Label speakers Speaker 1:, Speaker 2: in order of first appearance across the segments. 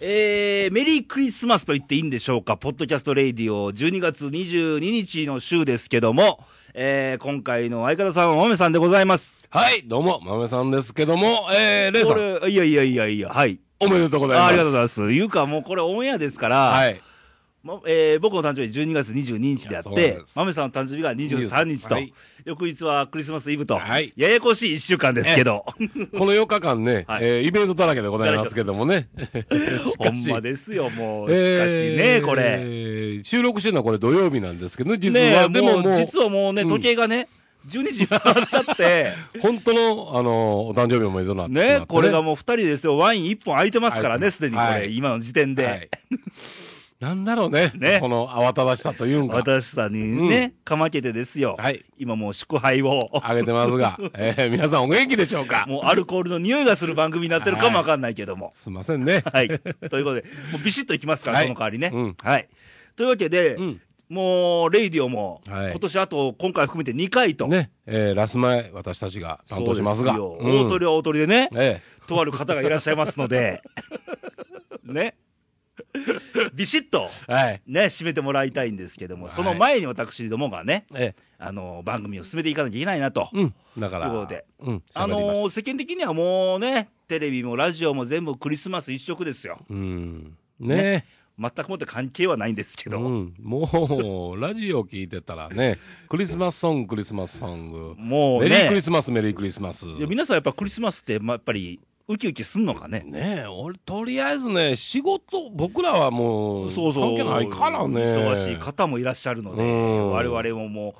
Speaker 1: えー、メリークリスマスと言っていいんでしょうか、ポッドキャストレイディオ、12月22日の週ですけども、えー、今回の相方さんはまめさんでございます。
Speaker 2: はい、どうも、豆さんですけども、えー、レイさ
Speaker 1: こ
Speaker 2: ん、
Speaker 1: れ、いやいやいやいや、はい。
Speaker 2: おめでとうございます。
Speaker 1: あありがとうございます。いうか、もうこれオンエアですから、
Speaker 2: はい。
Speaker 1: まえー僕の誕生日12月22日であっ
Speaker 2: いやそうなん
Speaker 1: て
Speaker 2: で、す
Speaker 1: まめさんの誕生日が23日と、
Speaker 2: はい
Speaker 1: 翌日はクリスマスイブと、
Speaker 2: はい
Speaker 1: ややこしい1週間ですけど、
Speaker 2: この4日間ね、
Speaker 1: はい
Speaker 2: えーイベントだらけでございますけど もね。し
Speaker 1: ほ
Speaker 2: か
Speaker 1: ん
Speaker 2: し
Speaker 1: まですよ、もう。しかしね、
Speaker 2: えー
Speaker 1: これ。
Speaker 2: 収録してるのはこれ土曜日なんですけどね、実
Speaker 1: ねえ
Speaker 2: は、で
Speaker 1: も
Speaker 2: もも
Speaker 1: う、
Speaker 2: う、
Speaker 1: 実はもうね、
Speaker 2: うん
Speaker 1: 時計がね、12時回っちゃって、
Speaker 2: 本当の、あの、お誕生日おめでとうなってしまって
Speaker 1: ね、これがもう2人ですよ、ワイン1本空いてますからね、
Speaker 2: 空
Speaker 1: で
Speaker 2: いてます
Speaker 1: にこれ、
Speaker 2: はい
Speaker 1: 今の時点
Speaker 2: は
Speaker 1: で
Speaker 2: い。 なんだろうね
Speaker 1: ね
Speaker 2: この慌ただしさというんか、
Speaker 1: 私さんにね、かまけてですよ、
Speaker 2: はい
Speaker 1: 今もう祝杯を、
Speaker 2: あげてますが、えー皆さんお元気でしょうか
Speaker 1: もうアルコールの匂いがする番組になってるかもわかんないけども。
Speaker 2: すいませんね。
Speaker 1: はい。ということで、もうビシッといきますから、
Speaker 2: はい
Speaker 1: その代わりね。
Speaker 2: うん
Speaker 1: はい。というわけで、
Speaker 2: うん
Speaker 1: もう、レイディオも、
Speaker 2: はい
Speaker 1: 今年あと、今回含めて2回と。
Speaker 2: ね、えーラス前、私たちが担
Speaker 1: そ
Speaker 2: 当
Speaker 1: う
Speaker 2: し
Speaker 1: で
Speaker 2: ますが。
Speaker 1: よ
Speaker 2: うん
Speaker 1: 大鳥は大鳥でね、
Speaker 2: え
Speaker 1: とある方がいらっしゃいますの で、ね。ビシッと、
Speaker 2: えはい。
Speaker 1: ね、締めてもらいたいんですけども、
Speaker 2: はい
Speaker 1: その前に私どもがね、
Speaker 2: え
Speaker 1: あの、番組を進めていかなきゃいけないなと。
Speaker 2: えうん。だから。
Speaker 1: ということで
Speaker 2: うん。
Speaker 1: あの
Speaker 2: 喋りまし
Speaker 1: ー世間的にはもうね、テレビもラジオも全部クリスマス一色ですよ。
Speaker 2: たうん。ね
Speaker 1: 全くもって関係はないんですけ
Speaker 2: う
Speaker 1: ど。
Speaker 2: ん。もう、ラジオ聞いてたらね、クリスマスソング、クリスマスソング。
Speaker 1: もうね
Speaker 2: メリークリスマス、メリークリスマス。
Speaker 1: いや
Speaker 2: ね
Speaker 1: 皆さんやっぱクリスマスって、まあ、やっぱりウキウキすんのかね
Speaker 2: え、俺、とりあえずね、仕事、僕らはもう、
Speaker 1: そうそう
Speaker 2: 関係ないからね。
Speaker 1: 忙しい方もいらっしゃるので、
Speaker 2: うん
Speaker 1: 我々ももう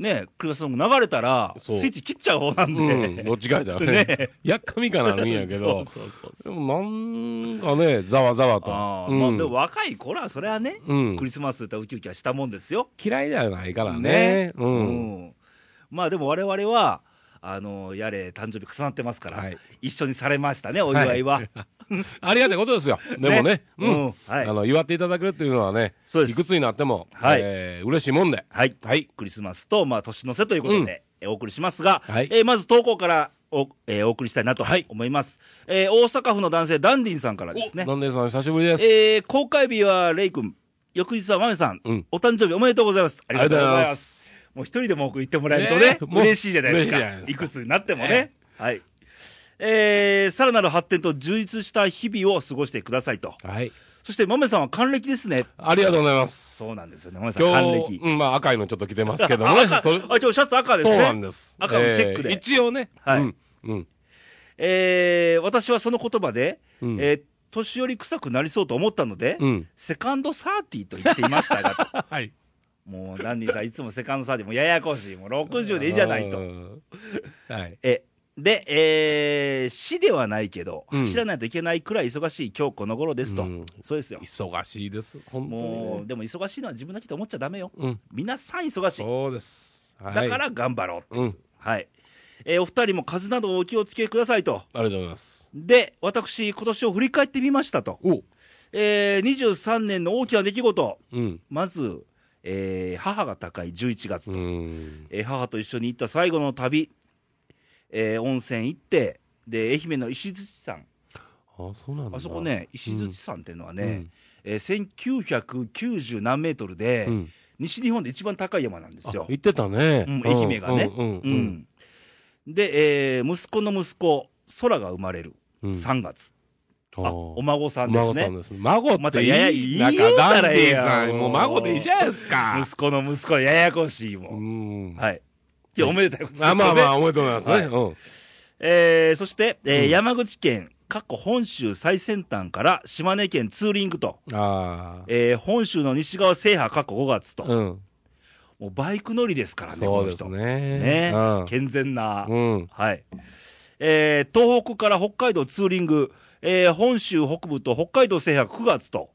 Speaker 1: ねクリスマスソング流れたらス
Speaker 2: そ
Speaker 1: イ
Speaker 2: う
Speaker 1: ッチ切っちゃう方なんで、
Speaker 2: うん。どっちかいだよ
Speaker 1: ね
Speaker 2: ね。やっかみかなるんやけど。
Speaker 1: そうそうそうそう
Speaker 2: でも、なんかね、ざわざわと。
Speaker 1: ああ、
Speaker 2: うん
Speaker 1: まあでも若い頃はそれはね、
Speaker 2: うん
Speaker 1: クリスマスってウキウキはしたもんですよ
Speaker 2: 嫌いではないからね。うん。
Speaker 1: うんまあでも我々はあのやれ誕生日重なってますから、
Speaker 2: はい
Speaker 1: 一緒にされましたねお祝いは、
Speaker 2: ありがたいことですよ。でもね、
Speaker 1: ね
Speaker 2: うん
Speaker 1: うんはい
Speaker 2: あの、祝っていただけるっていうのはね、
Speaker 1: そうです
Speaker 2: いくつになっても、
Speaker 1: はい
Speaker 2: えー嬉しいもんで。
Speaker 1: はい
Speaker 2: はい。
Speaker 1: クリスマスと、まあ、年の瀬ということで、えお送りしますが、
Speaker 2: はい
Speaker 1: えーまず投稿からお,、えーお送りしたいなと
Speaker 2: はい
Speaker 1: 思います、えー大阪府の男性ダンディンさんからですね
Speaker 2: お、なんでさん、久しぶりです。
Speaker 1: えー公開日はレイ君翌日はマメさん、
Speaker 2: うん
Speaker 1: お誕生日おめでとうございますありがとうござい
Speaker 2: ありがとうござ
Speaker 1: ます
Speaker 2: いま
Speaker 1: もう一人でも多く言ってもらえるとね
Speaker 2: ねえもう
Speaker 1: 嬉しいじゃないですか
Speaker 2: 嬉しいじゃないですか
Speaker 1: くつになってもね、はいえーさらなる発展と充実した日々を過ごしてくださいと
Speaker 2: はい。
Speaker 1: そしてマメさんは還暦ですね
Speaker 2: ありがとうございます。
Speaker 1: そうなんですよねマメさん
Speaker 2: 今
Speaker 1: 還
Speaker 2: 日
Speaker 1: 暦、
Speaker 2: うんまあ赤いのちょっと着てますけど も
Speaker 1: あ
Speaker 2: ね。
Speaker 1: 赤
Speaker 2: それ
Speaker 1: あ今日シャツ赤です
Speaker 2: そ
Speaker 1: ね
Speaker 2: うなんです。
Speaker 1: 赤のチェックで
Speaker 2: えー一応ね。
Speaker 1: はい
Speaker 2: うん。うん。
Speaker 1: えー私はその言葉で、
Speaker 2: うん
Speaker 1: えー年寄り臭くなりそうと思ったので、
Speaker 2: うん
Speaker 1: セカンドサーティーと言っていましたがと
Speaker 2: はい。
Speaker 1: もうダンディさんいつもセカンドサーティーもうややこしいもう60でいいじゃないと。
Speaker 2: と。はい。
Speaker 1: えで、えー死ではないけど、
Speaker 2: うん
Speaker 1: 知らないといけないくらい忙しい今日この頃ですと、
Speaker 2: うん
Speaker 1: そうですよ
Speaker 2: 忙しいです。本当にね。
Speaker 1: もうでも忙しいのは自分だけと思っちゃダメよ
Speaker 2: うん。
Speaker 1: 皆さん忙しい
Speaker 2: そうです。はい
Speaker 1: だか、ら頑張ろう
Speaker 2: うん。
Speaker 1: はい、えーお二人も風邪などお気をつけくださいと
Speaker 2: ありがとうございます。
Speaker 1: で私今年を振り返ってみましたと
Speaker 2: お
Speaker 1: えー、23年の大きな出来事、
Speaker 2: うん。
Speaker 1: まず、えー母が高い11月と、
Speaker 2: うん。
Speaker 1: えー母と一緒に行った最後の旅、えー温泉行って、で愛媛の石鎚山、
Speaker 2: あ、そうなんだ。
Speaker 1: あそこね、石鎚山っていうのはね、
Speaker 2: うん
Speaker 1: えー1990何メートルで、
Speaker 2: うん
Speaker 1: 西日本で一番高い山なんです
Speaker 2: あ
Speaker 1: よ、
Speaker 2: 行ってたね。
Speaker 1: うん、愛媛がね。
Speaker 2: うん。う
Speaker 1: うんんで、えー息子の息子、空が生まれる、
Speaker 2: うん
Speaker 1: 3月、
Speaker 2: あ
Speaker 1: あお孫さんです
Speaker 2: 孫さ
Speaker 1: ね
Speaker 2: ん。です。孫
Speaker 1: ま
Speaker 2: ったて
Speaker 1: やや
Speaker 2: いい、
Speaker 1: 言
Speaker 2: な
Speaker 1: うんたら
Speaker 2: かダンディ
Speaker 1: ええ
Speaker 2: さ
Speaker 1: やん
Speaker 2: ん、もう孫でいいじゃないですか。
Speaker 1: 息子の息子、ややこしいもん
Speaker 2: う。ん。い。
Speaker 1: はい。いや、おめでたいことです
Speaker 2: あ、
Speaker 1: よね。
Speaker 2: まあまあ、おめでとうございますね。うん。
Speaker 1: えー、そして、えー
Speaker 2: うん
Speaker 1: 山口県、過去本州最先端から島根県ツーリングと、
Speaker 2: ああ。
Speaker 1: えー本州の西側制覇過去5月と、
Speaker 2: うん。
Speaker 1: もうバイク乗りですからね、
Speaker 2: そうです
Speaker 1: この人。
Speaker 2: ね。
Speaker 1: ね、
Speaker 2: うん
Speaker 1: 健全な、
Speaker 2: うん。
Speaker 1: はい。えー、東北から北海道ツーリング、えー本州北部と北海道制覇9月と、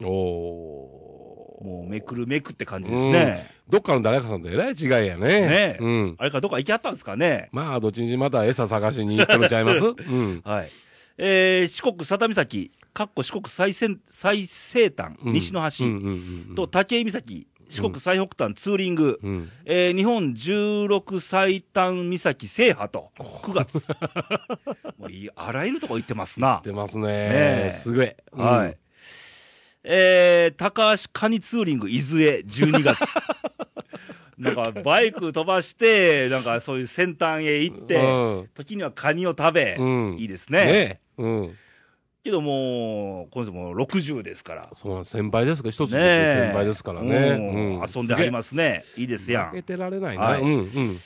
Speaker 2: おー
Speaker 1: もうめくるめくって感じですね。
Speaker 2: どっかの誰かさんとえらい違いやね。
Speaker 1: ね
Speaker 2: うん。
Speaker 1: あれからどっか行きはったんですかね。
Speaker 2: まあ、どっちにまた餌探しに行ってるんち ゃいますうん。
Speaker 1: はい。えー、四国佐田岬、かっこ四国最先最西端、
Speaker 2: うん
Speaker 1: 西の
Speaker 2: う
Speaker 1: 端、
Speaker 2: んうんうん
Speaker 1: と武井岬、四国最北端ツーリング、
Speaker 2: うん。
Speaker 1: えー日本16最短岬制覇と、9月。 もういいあらゆるとこ行ってますな。
Speaker 2: 出ます
Speaker 1: ねえ
Speaker 2: ね。すごい。うん
Speaker 1: はい。。えー、高橋カニツーリング伊豆へ12月。 なんかバイク飛ばして、なんかそういう先端へ行って、
Speaker 2: うん
Speaker 1: 時にはカニを食べ、
Speaker 2: うん
Speaker 1: いいですね。
Speaker 2: ねうん。
Speaker 1: けどもう、この人もう60ですから。
Speaker 2: そうなん先輩ですから、一つの
Speaker 1: ねえ
Speaker 2: 先輩ですからね。
Speaker 1: うん
Speaker 2: う
Speaker 1: 遊んではり
Speaker 2: す
Speaker 1: ますね。いいです
Speaker 2: げえ
Speaker 1: や
Speaker 2: 負け
Speaker 1: ん。
Speaker 2: てられない
Speaker 1: は
Speaker 2: な。
Speaker 1: い
Speaker 2: うんうん。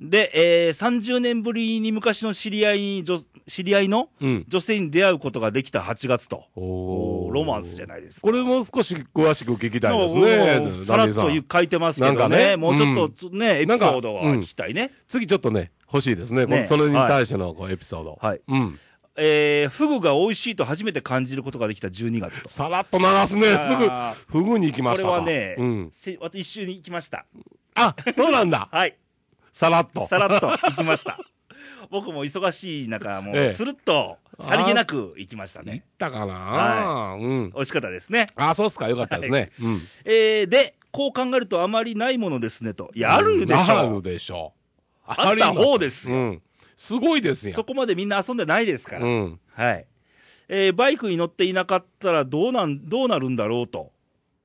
Speaker 1: で、えー、30年ぶりに昔の知り合いに女、知り合いの
Speaker 2: うん。
Speaker 1: 女性に出会うことができた8月と。
Speaker 2: おー
Speaker 1: ロマンスじゃないですか。
Speaker 2: これも少し詳しく聞きたいです
Speaker 1: もう
Speaker 2: ね。
Speaker 1: さらっ
Speaker 2: ダ
Speaker 1: と
Speaker 2: ンディ
Speaker 1: ゆ
Speaker 2: さん
Speaker 1: 書いてますけど
Speaker 2: なんか
Speaker 1: ね。
Speaker 2: ね
Speaker 1: もうちょっと、ね、エピソードは
Speaker 2: なんかうん
Speaker 1: 聞きたいね。
Speaker 2: 次ちょっとね、欲しいですね。
Speaker 1: ね
Speaker 2: こそれに対してのこうエピソード。
Speaker 1: はい。
Speaker 2: うん。
Speaker 1: えー、フグが美味しいと初めて感じることができた12月と。
Speaker 2: さらっと流すね。
Speaker 1: あー
Speaker 2: すぐ、フグに行きま
Speaker 1: こ
Speaker 2: し
Speaker 1: れ
Speaker 2: たか。
Speaker 1: はね、
Speaker 2: うん。
Speaker 1: せ私一緒に行きました。
Speaker 2: あ、そうなんだ。
Speaker 1: はい。
Speaker 2: さらっ と。
Speaker 1: さらっと行きました。僕も忙しい中、も
Speaker 2: え
Speaker 1: う
Speaker 2: え
Speaker 1: スルッと、さりげなく行きました
Speaker 2: 行っ
Speaker 1: ね。
Speaker 2: たかな、
Speaker 1: は
Speaker 2: うん。
Speaker 1: 美味しかったですね。
Speaker 2: あ、そうっすか。よかったですね。うん。
Speaker 1: えー、で、こう考えるとあまりないものですねと。いや、あるでし
Speaker 2: あ
Speaker 1: ょ
Speaker 2: る
Speaker 1: う。
Speaker 2: でしょう。
Speaker 1: あった方ですよ
Speaker 2: うん。すごいですよ
Speaker 1: そ。こまでみんな遊んでないですから。
Speaker 2: うん。
Speaker 1: はい。えー、バイクに乗っていなかったらどうなん、どうなるんだろうと。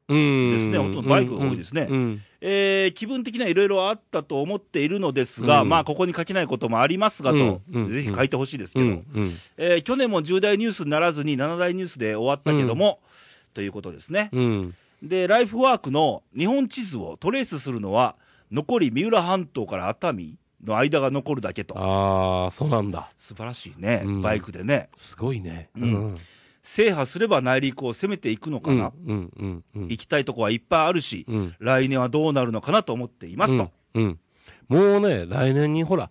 Speaker 2: うん。
Speaker 1: ですねほとんどバイクが多いですね
Speaker 2: うん。
Speaker 1: えー気分的にはいろいろあったと思っているのですが、
Speaker 2: うん
Speaker 1: まあ、ここに書けないこともありますがと、
Speaker 2: うんうん
Speaker 1: ぜひ書いてほしいですけ
Speaker 2: う
Speaker 1: ど、
Speaker 2: ん。うん。
Speaker 1: えー去年も重大ニュースにならずに7大ニュースで終わったけども、ということですね。
Speaker 2: うん。
Speaker 1: で、ライフワークの日本地図をトレースするのは、残り三浦半島から熱海の間が残るだけと。
Speaker 2: ああ、そうなんだ。
Speaker 1: 素晴らしいね、
Speaker 2: うん
Speaker 1: バイクでね。
Speaker 2: すごいね。
Speaker 1: うん。制覇すれば内陸を攻めていくのか
Speaker 2: うん
Speaker 1: な。。
Speaker 2: うん。うん。うん。
Speaker 1: 行きたいとこはいっぱいあるし、
Speaker 2: うん。
Speaker 1: 来年はどうなるのかなと思っていますと。
Speaker 2: うん。うん。もうね、来年にほら、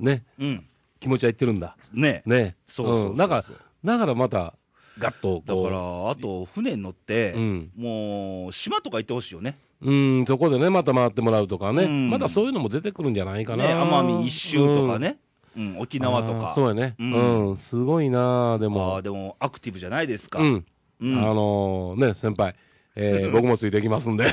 Speaker 2: ね、
Speaker 1: うん。
Speaker 2: 気持ちは言ってるんだ。
Speaker 1: ね
Speaker 2: ね。
Speaker 1: そうそうそうそうん
Speaker 2: だから、だからまた、ガッと
Speaker 1: だ
Speaker 2: こ
Speaker 1: か
Speaker 2: う。
Speaker 1: ら、あと船に乗って、
Speaker 2: うん
Speaker 1: もう島とか行ってほしいよね、
Speaker 2: うん、そこでね、また回ってもらうとかね、
Speaker 1: うん
Speaker 2: またそういうのも出てくるんじゃないか
Speaker 1: ね
Speaker 2: な。
Speaker 1: 奄美一周とかね、うん沖
Speaker 2: うん、
Speaker 1: 縄とか
Speaker 2: あー、そうやね、
Speaker 1: う
Speaker 2: うんん、すごいなあで
Speaker 1: ああ
Speaker 2: も、
Speaker 1: でもアクティブじゃないですか、
Speaker 2: うん、
Speaker 1: うん
Speaker 2: あのーね、先輩、 えー、僕もついてきますんで、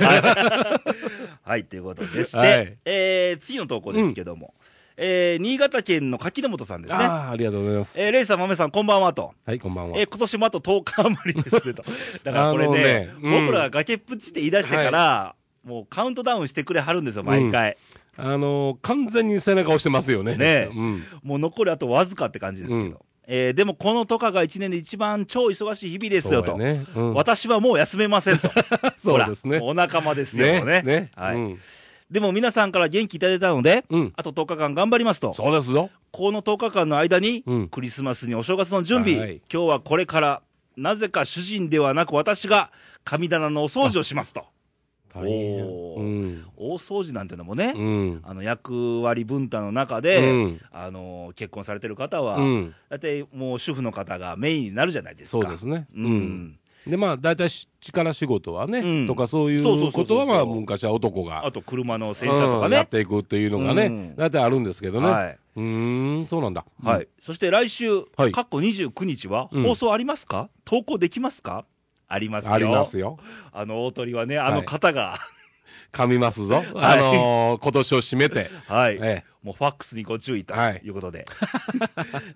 Speaker 1: はいということでして、
Speaker 2: はい
Speaker 1: えー次の投稿ですけども、えー新潟県の柿本さんですね。
Speaker 2: あーありがとうございます。
Speaker 1: えーレイさん、豆さん、こんばんはと。
Speaker 2: はい、こんばんは。
Speaker 1: えー今年もあと10日余りですね と。だからこれね、
Speaker 2: あのねうん
Speaker 1: 僕らが崖っぷちって言い出してから、もうカウントダウンしてくれはるんですよ、毎回。
Speaker 2: あのー完全に背中押してますよね。
Speaker 1: ね
Speaker 2: うん。
Speaker 1: もう残りあとわずかって感じですけど。
Speaker 2: うん
Speaker 1: えーでもこのトカが一年で一番超忙しい日々ですよと。
Speaker 2: そうやね。うん、
Speaker 1: 私はもう休めませんと。
Speaker 2: そうですね
Speaker 1: ほらお仲間ですよね。
Speaker 2: ね、ね、
Speaker 1: はい
Speaker 2: うん。
Speaker 1: でも皆さんから元気いただいたので、
Speaker 2: うん
Speaker 1: あと10日間頑張りますと。
Speaker 2: そうですよ。
Speaker 1: この10日間の間に、
Speaker 2: うん
Speaker 1: クリスマスにお正月の準備、
Speaker 2: はい
Speaker 1: 今日はこれから、なぜか主人ではなく私が神棚のお掃除をしますと。
Speaker 2: 大変
Speaker 1: お
Speaker 2: う
Speaker 1: ー
Speaker 2: ん。
Speaker 1: 大掃除なんてのもね、
Speaker 2: うん。
Speaker 1: あの役割分担の中で、
Speaker 2: うん
Speaker 1: あの結婚されてる方は、
Speaker 2: うん。
Speaker 1: 大体もう主婦の方がメインになるじゃないですか。
Speaker 2: そうですね。
Speaker 1: うん。
Speaker 2: で、まあ、大体し、力仕事はね、
Speaker 1: うん
Speaker 2: とかそうい
Speaker 1: そうそう
Speaker 2: う
Speaker 1: そう
Speaker 2: こ
Speaker 1: そう
Speaker 2: とは、まあ、昔は男が、
Speaker 1: あと車の洗車とか
Speaker 2: うんや
Speaker 1: ね
Speaker 2: っ。ていくっていうのが
Speaker 1: う
Speaker 2: ね
Speaker 1: ん、
Speaker 2: 大体あるんですけどね。
Speaker 1: はいう
Speaker 2: ーん、そうなんだ。
Speaker 1: はい、
Speaker 2: うん。
Speaker 1: そして来週、
Speaker 2: は
Speaker 1: か
Speaker 2: い
Speaker 1: っこ29日は、
Speaker 2: うん
Speaker 1: 放送ありますか投稿できますかありますよ。
Speaker 2: ありますよ。
Speaker 1: あの、大鳥はね、あの方が、
Speaker 2: 噛みますぞ。
Speaker 1: は
Speaker 2: あ
Speaker 1: い
Speaker 2: のー、今年を締めて。
Speaker 1: はい、
Speaker 2: ええ
Speaker 1: もうファックスにご注意と
Speaker 2: はい
Speaker 1: いう ことで。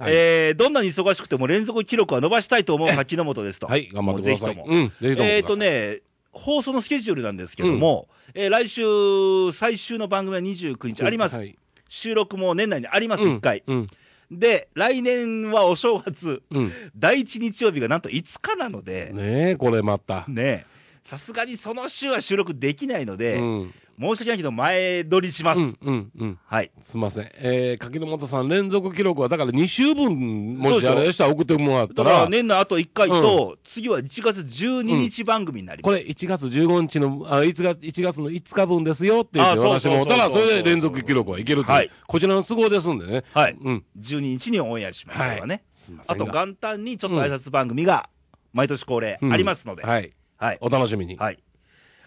Speaker 1: えーどんなに忙しくても連続記録は伸ばしたいと思う柿の本ですと。
Speaker 2: はい、頑張ってください。
Speaker 1: もうぜひとも。
Speaker 2: うん、ぜひとも。
Speaker 1: えっ、と。ね、放送のスケジュールなんですけども、えー来週、最終の番組は29日あります。
Speaker 2: はい
Speaker 1: 収録も年内にあります、
Speaker 2: うん
Speaker 1: 1回。
Speaker 2: うん。
Speaker 1: で、来年はお正月、
Speaker 2: うん。
Speaker 1: 第1日曜日がなんと5日なので、
Speaker 2: ねえ、これまた。
Speaker 1: ねえさすがにその週は収録できないので、
Speaker 2: うん。
Speaker 1: 申し訳ないけど、前撮りします。
Speaker 2: うん、うん、うん。
Speaker 1: はい。
Speaker 2: すみません。えー、柿本さん、連続記録は、だから2週分、もしあれでしたら送ってもらっ
Speaker 1: だ
Speaker 2: た、
Speaker 1: からら年のあと1回と、次は1月12日番組になります。
Speaker 2: これ1月15日の、あ、1月、1月の5日分ですよって言って
Speaker 1: あそう
Speaker 2: 私
Speaker 1: そうそう
Speaker 2: も、たら、
Speaker 1: そ
Speaker 2: そうれで連続記録はいけると
Speaker 1: は
Speaker 2: いう
Speaker 1: い。
Speaker 2: こちらの都合ですんでね。
Speaker 1: はい
Speaker 2: うん。
Speaker 1: 12日にオンエアしますからね。
Speaker 2: すみませ
Speaker 1: あ
Speaker 2: んが。
Speaker 1: と元旦にちょっと挨拶番組が、毎年恒例
Speaker 2: うん
Speaker 1: ありますので。はい。
Speaker 2: はい。
Speaker 1: はい。
Speaker 2: お楽しみに。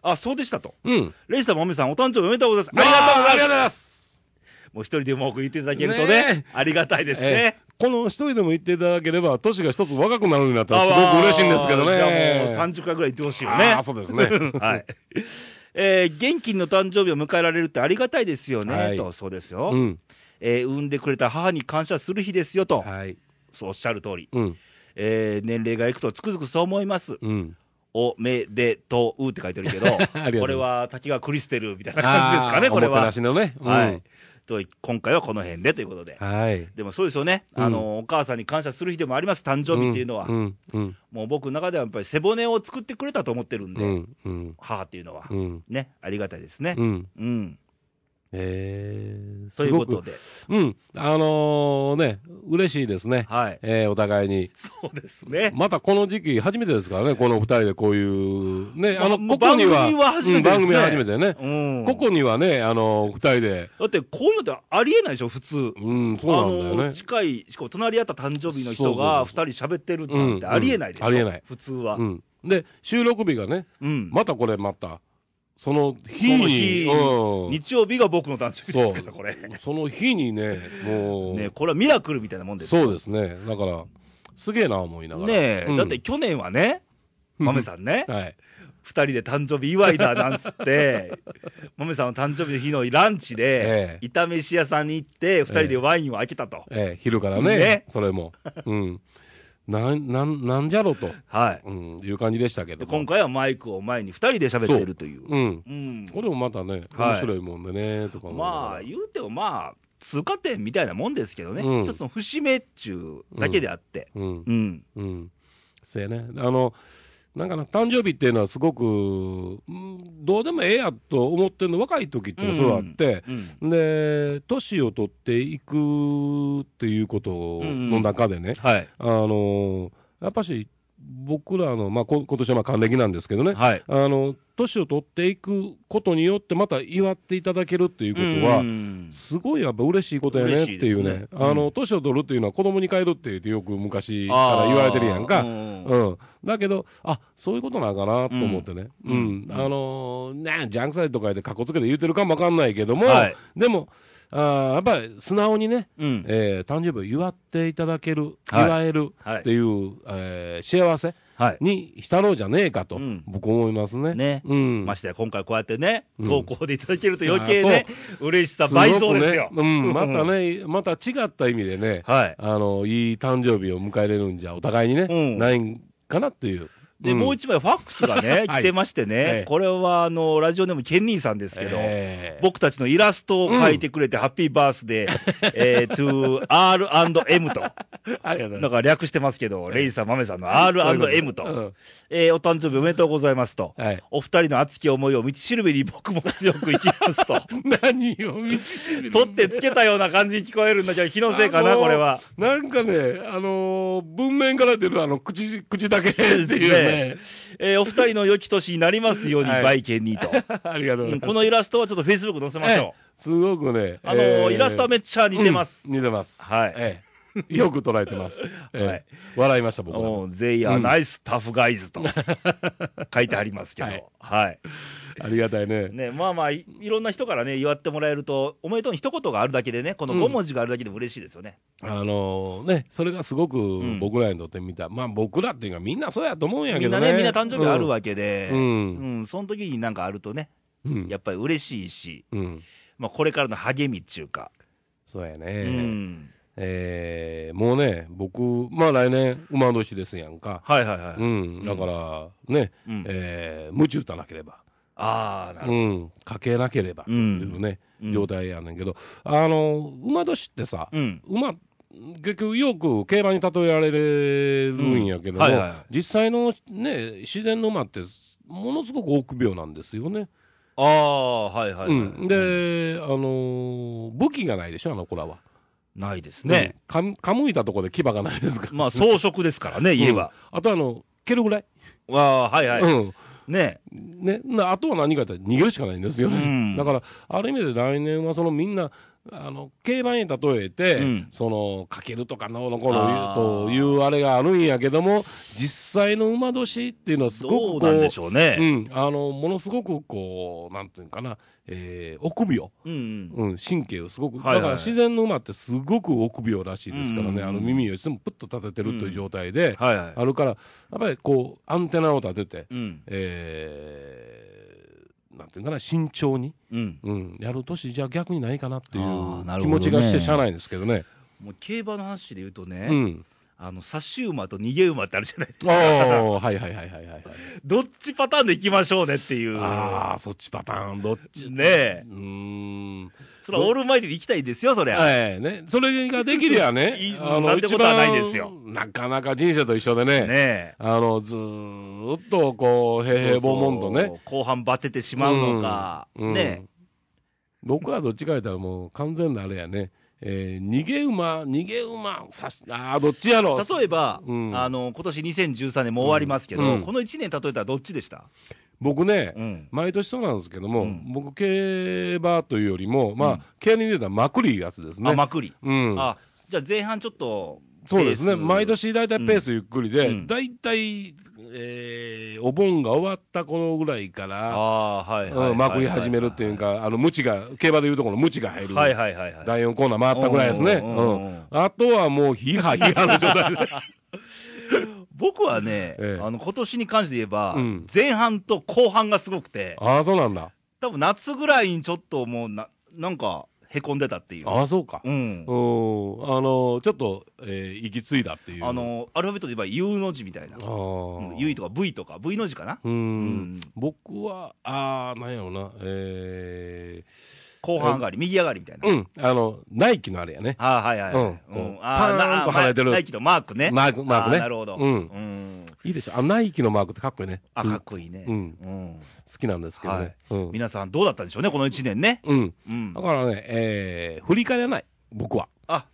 Speaker 1: あ、そうでしたと。
Speaker 2: うん。
Speaker 1: レイさん、もみさん、お誕生日おめでとうござい
Speaker 2: あ
Speaker 1: ます。ありがとうござい
Speaker 2: りがと
Speaker 1: ます。
Speaker 2: うございます。
Speaker 1: もう一人でも多く言っていただけるとね、
Speaker 2: ね
Speaker 1: ありがたいですね。
Speaker 2: えーこの一人でも言っていただければ、年が一つ若くなるようになったら、すごく嬉しいんですけど
Speaker 1: あー
Speaker 2: ね。
Speaker 1: じゃあもう30回ぐらい言ってほしいよね。
Speaker 2: ああ、そうですね。
Speaker 1: はい。えー元気の誕生日を迎えられるってありがたいですよね、
Speaker 2: はい
Speaker 1: と、そうですよ、
Speaker 2: うん。
Speaker 1: えー産んでくれた母に感謝する日ですよと、
Speaker 2: はい。
Speaker 1: そうおっしゃる通り、
Speaker 2: うん。
Speaker 1: えー年齢がいくとつくづくそう思います。
Speaker 2: うん。
Speaker 1: おめでとうって書いてるけど、
Speaker 2: ありがとうございます
Speaker 1: これは滝川クリステルみたいな感じで
Speaker 2: あ
Speaker 1: す
Speaker 2: ー
Speaker 1: かね、これ
Speaker 2: おもて
Speaker 1: は
Speaker 2: な。しのね。うん
Speaker 1: はい。。と、今回はこの辺でということで。
Speaker 2: はい。
Speaker 1: でもそうですよね、あの、お母さんに感謝する日でもあります、誕生日っていうのは。
Speaker 2: うん。うん。
Speaker 1: もう僕の中ではやっぱり背骨を作ってくれたと思ってるんで、
Speaker 2: うん。うん。
Speaker 1: 母っていうのは。
Speaker 2: うん。
Speaker 1: ね、ありがたいですね。
Speaker 2: うん。
Speaker 1: うん。
Speaker 2: えー、
Speaker 1: と
Speaker 2: す
Speaker 1: いうこ
Speaker 2: ご
Speaker 1: と
Speaker 2: く。
Speaker 1: で、
Speaker 2: うん。あのー、ね、嬉しいですね。
Speaker 1: はい。
Speaker 2: えー、お互いに。
Speaker 1: そうですね。
Speaker 2: またこの時期初めてですからね、この二人でこういう、ね、
Speaker 1: まあ
Speaker 2: あの、
Speaker 1: もう
Speaker 2: ここには、
Speaker 1: 番組は初めてですね
Speaker 2: うん番組は初めてね。
Speaker 1: うん。
Speaker 2: ここにはね、あの、二人で、
Speaker 1: だって、こういうのってありえないでしょ、普通。
Speaker 2: うん、そうなんだ
Speaker 1: あ
Speaker 2: よ
Speaker 1: の
Speaker 2: ね。
Speaker 1: 近い、しかも隣り合った誕生日の人が2人喋ってる
Speaker 2: そう
Speaker 1: な
Speaker 2: そ
Speaker 1: ん
Speaker 2: う
Speaker 1: て
Speaker 2: そう
Speaker 1: ありえないでしょ、
Speaker 2: うんありえない
Speaker 1: 普通は。う
Speaker 2: うんん。で、収録日がね、またこれまた、その日
Speaker 1: その
Speaker 2: に、
Speaker 1: 日
Speaker 2: うん
Speaker 1: 日曜日が僕の誕生日ですか
Speaker 2: そ
Speaker 1: ら、これ、
Speaker 2: その日にね、もう、
Speaker 1: ね、これはミラクルみたいなもんですよ
Speaker 2: そうですね。だから、すげえな、思いながら。
Speaker 1: ねえ、
Speaker 2: うん
Speaker 1: だって去年はね、豆さんね、
Speaker 2: はい。
Speaker 1: 2人で誕生日祝いだなんつ って、豆さんの誕生日の日のランチで
Speaker 2: え、
Speaker 1: 炒め飯屋さんに行って、2人でワインを開けたと、
Speaker 2: ええ昼からね、
Speaker 1: ね
Speaker 2: それも。うん。なん、なん、なんじゃろと、
Speaker 1: はい、
Speaker 2: うん、いう感じでしたけど
Speaker 1: で
Speaker 2: も。
Speaker 1: 今回はマイクを前に2人で喋ってるという。
Speaker 2: うん。
Speaker 1: うん
Speaker 2: これもまたね、
Speaker 1: はい
Speaker 2: 面白いもんでね、とか思いながら
Speaker 1: まあ、言うてもまあ、通過点みたいなもんですけどね、
Speaker 2: うん
Speaker 1: 一つの節目っちゅうだけであって、
Speaker 2: うん。
Speaker 1: うん、
Speaker 2: うん。そうやね。あの、なんかな、誕生日っていうのはすごく、うんどうでもええやと思ってるの、若い時っていうのはそうあって、
Speaker 1: うん、
Speaker 2: で、年を取っていくっていうことの中でね、
Speaker 1: はい、
Speaker 2: あの、やっぱし、僕らの、まあ、こ今年はまあ還暦なんですけどね、
Speaker 1: はい、
Speaker 2: あの、年を取っていくことによって、また祝っていただけるっていうことは、
Speaker 1: うん
Speaker 2: すごいやっぱ嬉しいことやねっていう
Speaker 1: 嬉しい
Speaker 2: ね
Speaker 1: ですねうん
Speaker 2: あの年を取るっていうのは子供に帰るって言ってよく昔から言われてるやん
Speaker 1: あ
Speaker 2: か、
Speaker 1: ーうん
Speaker 2: うん、だけどあそういうことなんかなと思ってね、
Speaker 1: う
Speaker 2: うんん
Speaker 1: うん
Speaker 2: あのーねジャンクサイトとかでかっこつけて言うてるかもわかんないけども、
Speaker 1: はい
Speaker 2: でもあーやっぱり素直にね、
Speaker 1: うん
Speaker 2: えー誕生日を祝っていただける、
Speaker 1: はい
Speaker 2: 祝える
Speaker 1: はい
Speaker 2: っていう、えー幸せ
Speaker 1: はい、
Speaker 2: にしたろうじゃねえかと、
Speaker 1: うん
Speaker 2: 僕思いますね。
Speaker 1: ね
Speaker 2: うん
Speaker 1: ましてや今回こうやってね、
Speaker 2: うん
Speaker 1: 投稿でいただけると余計ね、嬉しさ
Speaker 2: すごくね
Speaker 1: 倍増ですよ。
Speaker 2: うん、またね、また違った意味でね、
Speaker 1: はい
Speaker 2: あの、いい誕生日を迎えれるんじゃ、お互いにね、
Speaker 1: うん
Speaker 2: ないんかなっていう。
Speaker 1: で、もう一枚ファックスがね、
Speaker 2: は
Speaker 1: 来
Speaker 2: い
Speaker 1: てまして
Speaker 2: え
Speaker 1: ね
Speaker 2: え、
Speaker 1: これはあの、ラジオネームケンニーさんです
Speaker 2: け
Speaker 1: けど、
Speaker 2: ど、えー
Speaker 1: 僕たちのイラストを描いてくれて、ハッピーバースデー、えー、to R&M と。
Speaker 2: ありがとうござ
Speaker 1: ないんか略してますけど、レイさん、マメさんの
Speaker 2: ます
Speaker 1: R&M
Speaker 2: そういう
Speaker 1: と、
Speaker 2: こ
Speaker 1: えーお誕生日おめでとうございますと
Speaker 2: と、うんはい。
Speaker 1: お二人の熱き思いを道しるべに僕も強く生きます と、
Speaker 2: 何を見せる
Speaker 1: 取ってつけたような感じに聞こえるんだけど、気のせいかな、
Speaker 2: あのー
Speaker 1: これは。
Speaker 2: なんかね、あのー文面から出るあの、口、口だけっていう
Speaker 1: えー
Speaker 2: ね。
Speaker 1: お二人の良き年になりますように、
Speaker 2: はい
Speaker 1: バイケンにと、
Speaker 2: ありがと
Speaker 1: うん
Speaker 2: うございます。
Speaker 1: このイラストはちょっと Facebook 載せましょ
Speaker 2: えーすごくね。
Speaker 1: う。あのーイラストはめ
Speaker 2: っち
Speaker 1: っちゃ似てます。
Speaker 2: 似てます。
Speaker 1: はい
Speaker 2: えーよく捉えてます。えー
Speaker 1: はい
Speaker 2: 笑いました、僕らも。
Speaker 1: もう、ゼイヤーナイスタフガイズと書いてありますけど、
Speaker 2: はい
Speaker 1: はい。
Speaker 2: ありがたいね。
Speaker 1: ね、まあまあい、いろんな人からね、祝ってもらえると、おめでとうに一言があるだけでね、この
Speaker 2: うん
Speaker 1: 5文字があるだけでも嬉しいですよね。
Speaker 2: あのね、それがすごく
Speaker 1: ん
Speaker 2: 僕らにとって見た、まあ僕らっていうかみんなそうやと思うんや
Speaker 1: み
Speaker 2: け
Speaker 1: ん
Speaker 2: ど
Speaker 1: な
Speaker 2: ね。
Speaker 1: ね、みんな誕生日あるわけで、う
Speaker 2: うんん、
Speaker 1: その時になんかあるとね、
Speaker 2: うん。うん。
Speaker 1: やっぱり嬉しいし、
Speaker 2: うん
Speaker 1: まあ、これからの励みっていうか、
Speaker 2: そうやね。
Speaker 1: うん、
Speaker 2: えーもうね、僕、まあ来年、馬年ですやんか。
Speaker 1: はいはいはい、
Speaker 2: うん。だから、ね、
Speaker 1: うん
Speaker 2: えー、夢中打たなければ、
Speaker 1: ああ、なる
Speaker 2: う
Speaker 1: ほ
Speaker 2: ん。かけなければ、っていうね、
Speaker 1: うん
Speaker 2: 状態やねんけど、あの、馬年ってさ、
Speaker 1: ど、うん、
Speaker 2: 馬、結局よく競馬に例えられるんやけども、
Speaker 1: うんはいはい
Speaker 2: 実際のね、自然の馬って、ものすごく臆病なんですよね。
Speaker 1: ああ、はいはい、はい
Speaker 2: うん、で、あのー武器がないでしょ、あの子らは。
Speaker 1: ないですね、
Speaker 2: うん。か、かむいたとこで牙がないですから。
Speaker 1: まあ装飾ですからね、家は。
Speaker 2: うんあとあの、蹴るぐらい。
Speaker 1: ああ、はいはい、
Speaker 2: うん。
Speaker 1: ね、
Speaker 2: ね、なあとは何かって逃げるしかないんですよね、
Speaker 1: うん
Speaker 2: だからある意味で来年はそのみんなあの競馬に例えて、
Speaker 1: うん
Speaker 2: そのかけるとかののこの
Speaker 1: あー
Speaker 2: というあれがあるんやけども実際の馬年っていうのはす
Speaker 1: ど
Speaker 2: ご
Speaker 1: う
Speaker 2: くこ
Speaker 1: なん
Speaker 2: う
Speaker 1: でしょうね。
Speaker 2: うん、あのものすごくこうなんていうのかな、えー臆病、
Speaker 1: うん、うん、
Speaker 2: うん、神経をすごく、
Speaker 1: はいはい
Speaker 2: だから自然の馬ってすごく臆病らしいですからね、
Speaker 1: うん
Speaker 2: あの耳をいつもプッと立ててるという状態で、
Speaker 1: はいはい、
Speaker 2: あるからやっぱりこうアンテナを立てて。
Speaker 1: うん、
Speaker 2: えーなんていうかな、慎重に、
Speaker 1: うん、
Speaker 2: うん、やる年じゃ逆にないかなってい
Speaker 1: あーな
Speaker 2: う
Speaker 1: る
Speaker 2: 気
Speaker 1: ほどね
Speaker 2: 持ちがしてしゃあないですけどね。
Speaker 1: もう競馬の話で言うとね、
Speaker 2: うん。
Speaker 1: あの、差し馬と逃げ馬ってあるじゃないですか。
Speaker 2: おー、はいはいはいはいはいはい。
Speaker 1: どっちパターンでいきましょうねっていう。
Speaker 2: ああ、そっちパターン、どっち。
Speaker 1: ねえ
Speaker 2: うーん。
Speaker 1: それはオールマイティで行きたいですよ、そりゃ。
Speaker 2: ええね。それができりゃ
Speaker 1: い
Speaker 2: ね
Speaker 1: い、なんてことはないですよ
Speaker 2: 一番なかなか人生と一緒でね、
Speaker 1: ねえ。
Speaker 2: あの、ずーっとこう、平平凡々とね、
Speaker 1: そうそう後半バテてしまうのか。
Speaker 2: うん
Speaker 1: ね
Speaker 2: 僕はどっちか言ったらもう完全なあれやね、えー逃げ馬、逃げ馬、さし、ああ、どっちやろ
Speaker 1: え。例えば、
Speaker 2: うん
Speaker 1: あの、今年2013年もう終わりますけど、
Speaker 2: うん
Speaker 1: この1年例えたらどっちでした
Speaker 2: 僕ね、
Speaker 1: うん。
Speaker 2: 毎年そうなんですけど
Speaker 1: う
Speaker 2: も、
Speaker 1: ん
Speaker 2: 僕、競馬というよりも、まあ、
Speaker 1: うん
Speaker 2: 競輪で言うたらまくりいうやつですね。
Speaker 1: あ、まくり。
Speaker 2: うん。
Speaker 1: あ、じゃあ前半ちょっと、
Speaker 2: そうです
Speaker 1: ペ
Speaker 2: ね、
Speaker 1: ース
Speaker 2: 毎。年大体ペースゆっくり
Speaker 1: う
Speaker 2: で
Speaker 1: ん、
Speaker 2: 大体、えーお盆が終わった頃ぐらいから、
Speaker 1: ああー、はいはいはいはい、
Speaker 2: うんまくり始めるっていうか、あの、無知が、競馬でいうところの無知が入る、
Speaker 1: はいはいはいはい。
Speaker 2: 第4コーナー回ったぐらいですね。
Speaker 1: うんうんうん
Speaker 2: うんあとはもう、ヒハヒハの状 態で。
Speaker 1: 僕はね、
Speaker 2: ええ
Speaker 1: あの今年に関して言えば、
Speaker 2: うん
Speaker 1: 前半と後半がすごくて、
Speaker 2: ああ、そうなんだ。
Speaker 1: 多分夏ぐらいにちょっともうな、なんか、へこんでたっていう。
Speaker 2: ああ、そうか。
Speaker 1: うん
Speaker 2: う。ん。あの、ちょっと、えー行き継いだっていう。
Speaker 1: あ、の、アルファベットで言えば U の字みたいな
Speaker 2: あ。
Speaker 1: うん
Speaker 2: ー
Speaker 1: U とか V とか、V の字かな。
Speaker 2: う
Speaker 1: うん
Speaker 2: ん。僕は、ああ、なんやろうな、え
Speaker 1: 後半上がり、右上がりみたいな。
Speaker 2: ー、うん、あの、ナイキのあれやね。
Speaker 1: あーはいはいはい。
Speaker 2: うんこう
Speaker 1: あ
Speaker 2: パーンと離れてる
Speaker 1: なナイキとマークね。
Speaker 2: マークマークね
Speaker 1: あなるほど。
Speaker 2: うん
Speaker 1: ん
Speaker 2: いいでしょ。あ、ナイキのマークってかっこいいね。
Speaker 1: あ、
Speaker 2: うん
Speaker 1: かっこいいね。
Speaker 2: うん
Speaker 1: うん
Speaker 2: 好きなんですけどね。うん
Speaker 1: 皆さんどうだったんでしょうね、この1年ね。
Speaker 2: うん。
Speaker 1: うん
Speaker 2: だ。からね、えー、振り返らない。僕は。
Speaker 1: あ、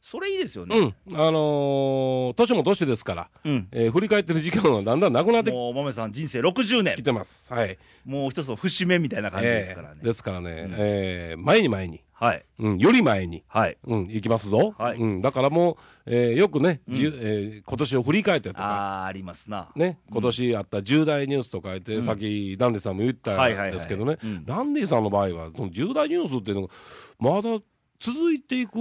Speaker 1: それいいですよ
Speaker 2: う
Speaker 1: ね。
Speaker 2: ん。あのー、年も年ですから、
Speaker 1: うん。
Speaker 2: えー、振り返ってる時間はだんだんなくなって
Speaker 1: もう、もめさん人生60
Speaker 2: き
Speaker 1: 年。
Speaker 2: てます。はい。
Speaker 1: もう一つの節目みたいな感じですからね
Speaker 2: えー。ですからね、
Speaker 1: うん
Speaker 2: えー、前に前に、
Speaker 1: はい。
Speaker 2: うん、より前に、
Speaker 1: はい。
Speaker 2: うん、行きますぞ。
Speaker 1: はい
Speaker 2: うん、だからもう、えー、よくね、
Speaker 1: うん
Speaker 2: じゅえー今年を振り返ってとか、
Speaker 1: あー、ありますな。
Speaker 2: ね、今年あった重大ニュースと書いて、さっきダンディさんも言った
Speaker 1: はいはいはい
Speaker 2: んですけどね
Speaker 1: うん、
Speaker 2: ダンディさんの場合は、その重大ニュースっていうのが、まだ続いていくニ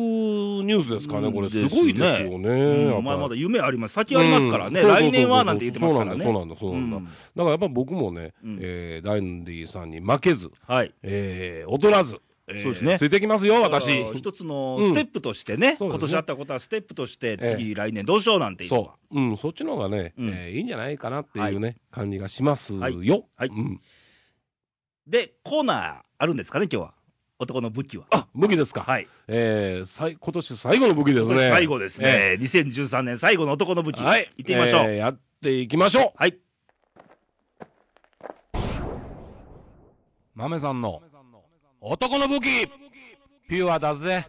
Speaker 2: ュースですかね、これ、すごいですよね、
Speaker 1: うん
Speaker 2: やっぱ
Speaker 1: まあまだ
Speaker 2: り
Speaker 1: 夢あります。先ありますからね。
Speaker 2: うんそうそうそうそ
Speaker 1: 来
Speaker 2: う
Speaker 1: 年はなんて言ってますからね。
Speaker 2: そうなんだ、そうなんだ、そうなん
Speaker 1: う
Speaker 2: だ、だからやっぱ僕もね
Speaker 1: うん、
Speaker 2: えーダンディさんに負けず、
Speaker 1: んはい。
Speaker 2: えー劣らず、えー
Speaker 1: そうですね
Speaker 2: ついてきますよ、私。
Speaker 1: あー一つのステップとしてね、
Speaker 2: そうですね
Speaker 1: 今年あったことはステップとして、
Speaker 2: ええ
Speaker 1: 次、来年どうしようなんていうのは
Speaker 2: そう、うん、そっちの方がね、
Speaker 1: うん
Speaker 2: えーいいんじゃないかなっていうね、感じがしますよ。
Speaker 1: はい
Speaker 2: うん
Speaker 1: で、コーナーあるんですかね、今日は。男の武器は。
Speaker 2: あ、武器ですか。
Speaker 1: はい。
Speaker 2: えー、さい今年最後の武器で
Speaker 1: 今
Speaker 2: す
Speaker 1: 年
Speaker 2: ね。
Speaker 1: 最後ですね、2013年最後の男の武
Speaker 2: え
Speaker 1: 器。
Speaker 2: ー。はい。
Speaker 1: 行ってみましょう。
Speaker 2: えーやっていきましょう。
Speaker 1: はい。
Speaker 2: 豆さんの男の武器ピュアだぜ。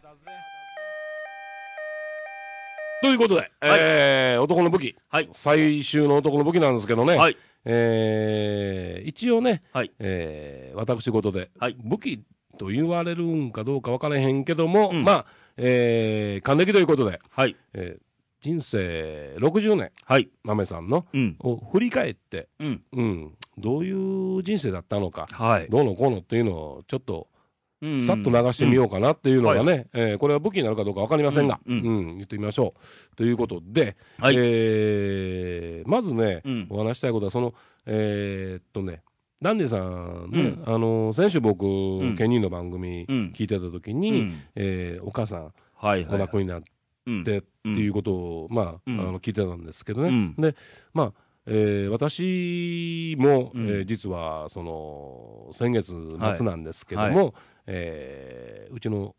Speaker 2: ということで、えー、男の武器。
Speaker 1: はい。
Speaker 2: 最終の男の武器なんですけどね。
Speaker 1: はい。
Speaker 2: えー、一応ね、
Speaker 1: はい
Speaker 2: えー、私事で、
Speaker 1: はい
Speaker 2: 武器と言われるんかどうか分からへんけども、
Speaker 1: うん
Speaker 2: まあ、えー、還暦ということで、
Speaker 1: はい。
Speaker 2: えー人生60年、
Speaker 1: はい。
Speaker 2: 豆さんの、
Speaker 1: うん。
Speaker 2: を振り返って、
Speaker 1: うん。
Speaker 2: うん、どういう人生だったのか、
Speaker 1: はい。
Speaker 2: どうのこうのっていうのを、ちょっと、
Speaker 1: うん
Speaker 2: さっと流してみようかなっていうのが
Speaker 1: うん
Speaker 2: ね、えーこれは武器になるかどうか分かりませんが、
Speaker 1: う
Speaker 2: うんん
Speaker 1: うん
Speaker 2: 言ってみましょう。ということで、
Speaker 1: はい
Speaker 2: えーまずね、
Speaker 1: うん
Speaker 2: お話したいことは、その、えーっとね、ダンディさんね、
Speaker 1: うん
Speaker 2: あの先週僕、
Speaker 1: ん
Speaker 2: ケニーの番組
Speaker 1: うん
Speaker 2: 聞いてた時
Speaker 1: う
Speaker 2: に、
Speaker 1: ん
Speaker 2: えーお母さん、
Speaker 1: はい。は
Speaker 2: お
Speaker 1: い。
Speaker 2: 亡くなりになっ
Speaker 1: うん
Speaker 2: てっていうことを、まあ、
Speaker 1: うん
Speaker 2: あの聞いてたんですけどね、
Speaker 1: うん
Speaker 2: で、まあえー私も、
Speaker 1: うん
Speaker 2: えー実はその先月末なんですけども、
Speaker 1: はいは
Speaker 2: えーうちの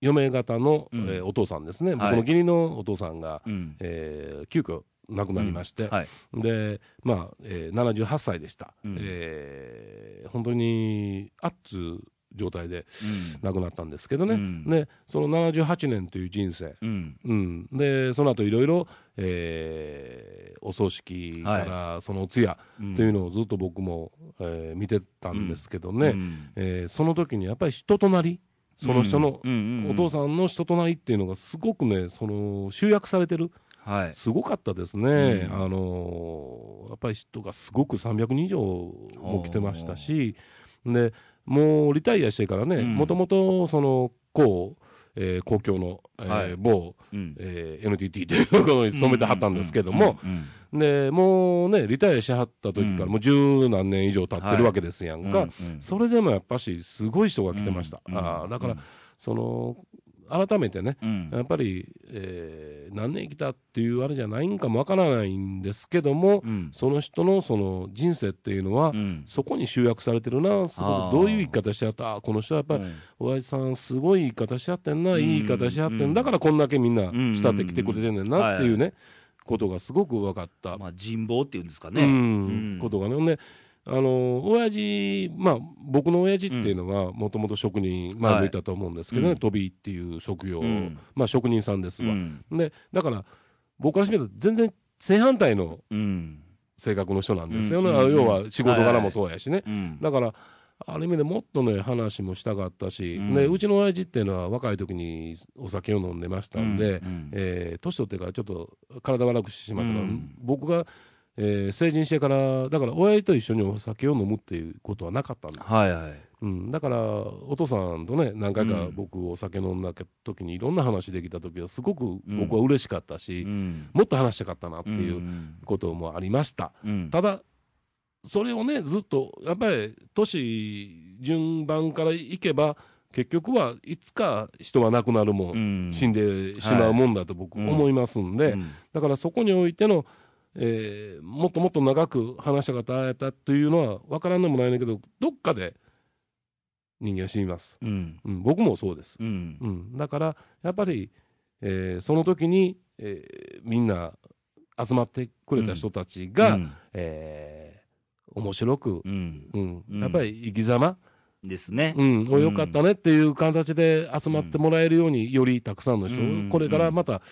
Speaker 2: 嫁方の、
Speaker 1: うん
Speaker 2: えーお父さんです
Speaker 1: はい
Speaker 2: ね、僕の義理のお父さんが、
Speaker 1: うん。
Speaker 2: えー急遽亡くなりまして、
Speaker 1: はい。
Speaker 2: でまあえー78歳でした、
Speaker 1: うん
Speaker 2: えー本当にあっつう状態で亡くなったんですけどね、
Speaker 1: うん
Speaker 2: でその78年という人生、
Speaker 1: うん。うん。
Speaker 2: うん、でその後いろいろ、えーお葬式から、そのお通夜というのをずっと僕も、えー見てたんですけどね、
Speaker 1: うん
Speaker 2: えーその時にやっぱり人となりその人の、
Speaker 1: うんうん
Speaker 2: お父
Speaker 1: さ
Speaker 2: さんの人となりっていうのがすごくねその集約されてる
Speaker 1: ん。はい。
Speaker 2: すごかったです
Speaker 1: う
Speaker 2: ね、
Speaker 1: ん
Speaker 2: あのーやっぱり人がすごく300人以上も来てましたしでもうリタイアしてからね
Speaker 1: うん
Speaker 2: もともとその公,、えー公共の、えー
Speaker 1: はい
Speaker 2: 某
Speaker 1: うん
Speaker 2: えー NTT というところに勤めてはったんですけども、、
Speaker 1: うんうん
Speaker 2: でもうね、リタイアしはった時か
Speaker 1: う
Speaker 2: ら
Speaker 1: ん
Speaker 2: もう十何年以上経ってるわけですやん
Speaker 1: う
Speaker 2: か、
Speaker 1: んうん
Speaker 2: それでもやっぱし、すごい人が来てました、
Speaker 1: うんうん
Speaker 2: あーだから、
Speaker 1: うん
Speaker 2: その、改めてね、
Speaker 1: うん。
Speaker 2: やっぱり、えー何年生きたっていうあれじゃないんかもわからないんですけども、
Speaker 1: うん。
Speaker 2: その人のその人生っていうのは、
Speaker 1: うん。
Speaker 2: そこに集約されてるな、す
Speaker 1: あ
Speaker 2: ご
Speaker 1: ー
Speaker 2: いどういう生き方しちゃった、あーこの人はやっぱり、おやじさん、すごい言い方しちゃってんな、
Speaker 1: うん
Speaker 2: いい言い方しちゃって
Speaker 1: うん
Speaker 2: ん、だからこんだけみんな慕ってきてくれてんねん
Speaker 1: うんうん
Speaker 2: なっていうね、ことがすごく分かった、
Speaker 1: まあ、人望っていうんですか
Speaker 2: う
Speaker 1: ね。
Speaker 2: ん
Speaker 1: うん
Speaker 2: ことがね。ほんであの親父まあ僕の親父っていうのはもともと職人前向いたと思うんですけどね、
Speaker 1: はいうん
Speaker 2: 飛びっていう職業、
Speaker 1: うん
Speaker 2: まあ職人さんです
Speaker 1: う
Speaker 2: わ、
Speaker 1: ん。
Speaker 2: でだから僕からしてみると全然正反対の
Speaker 1: うん。
Speaker 2: 性格の人なんですよね、
Speaker 1: うんうんうん
Speaker 2: 要は仕事柄もそうやしね、
Speaker 1: うん。
Speaker 2: だから、ある意味でもっとね、話もしたかったし、
Speaker 1: う
Speaker 2: うんでうちの親父っていうのは、若い時にお酒を飲んでましたんで、
Speaker 1: うん
Speaker 2: えー年取ってからちょっと体悪くしてしまったから、
Speaker 1: うん
Speaker 2: 僕が、えー成人してから、だから親父と一緒にお酒を飲むっていうことはなかったんです、
Speaker 1: はいはい。
Speaker 2: うん、だからお父さんとね、何回か
Speaker 1: うん
Speaker 2: 僕、お酒飲んだ時に、いろんな話できた時は、すごく僕は嬉しかったし、
Speaker 1: ん。。
Speaker 2: もっと話したかったなっていううんこともありました。
Speaker 1: うん。
Speaker 2: ただ、それをね、ずっと、やっぱり、年順番からいけば、結局はいつか人は亡くなるもん、
Speaker 1: うん
Speaker 2: 死んでしまうもんだと僕、
Speaker 1: はい
Speaker 2: 思いますんで、
Speaker 1: うん
Speaker 2: だからそこにおいての、えーもっともっと長く話したかったというのは、分からんでもないねんだけど、どっかで人間は死にます。
Speaker 1: うん。
Speaker 2: うん、僕もそうです。
Speaker 1: うん。
Speaker 2: うん、だから、やっぱり、えーその時に、えーみんな集まってくれた人たちが、
Speaker 1: うん
Speaker 2: えー面白く、
Speaker 1: うん。
Speaker 2: うん
Speaker 1: うん
Speaker 2: やっぱり生き様、
Speaker 1: ですね
Speaker 2: う。ん、およかったねっていう形で集まってもらえるように、よりたくさんの人、
Speaker 1: うん
Speaker 2: これからまた、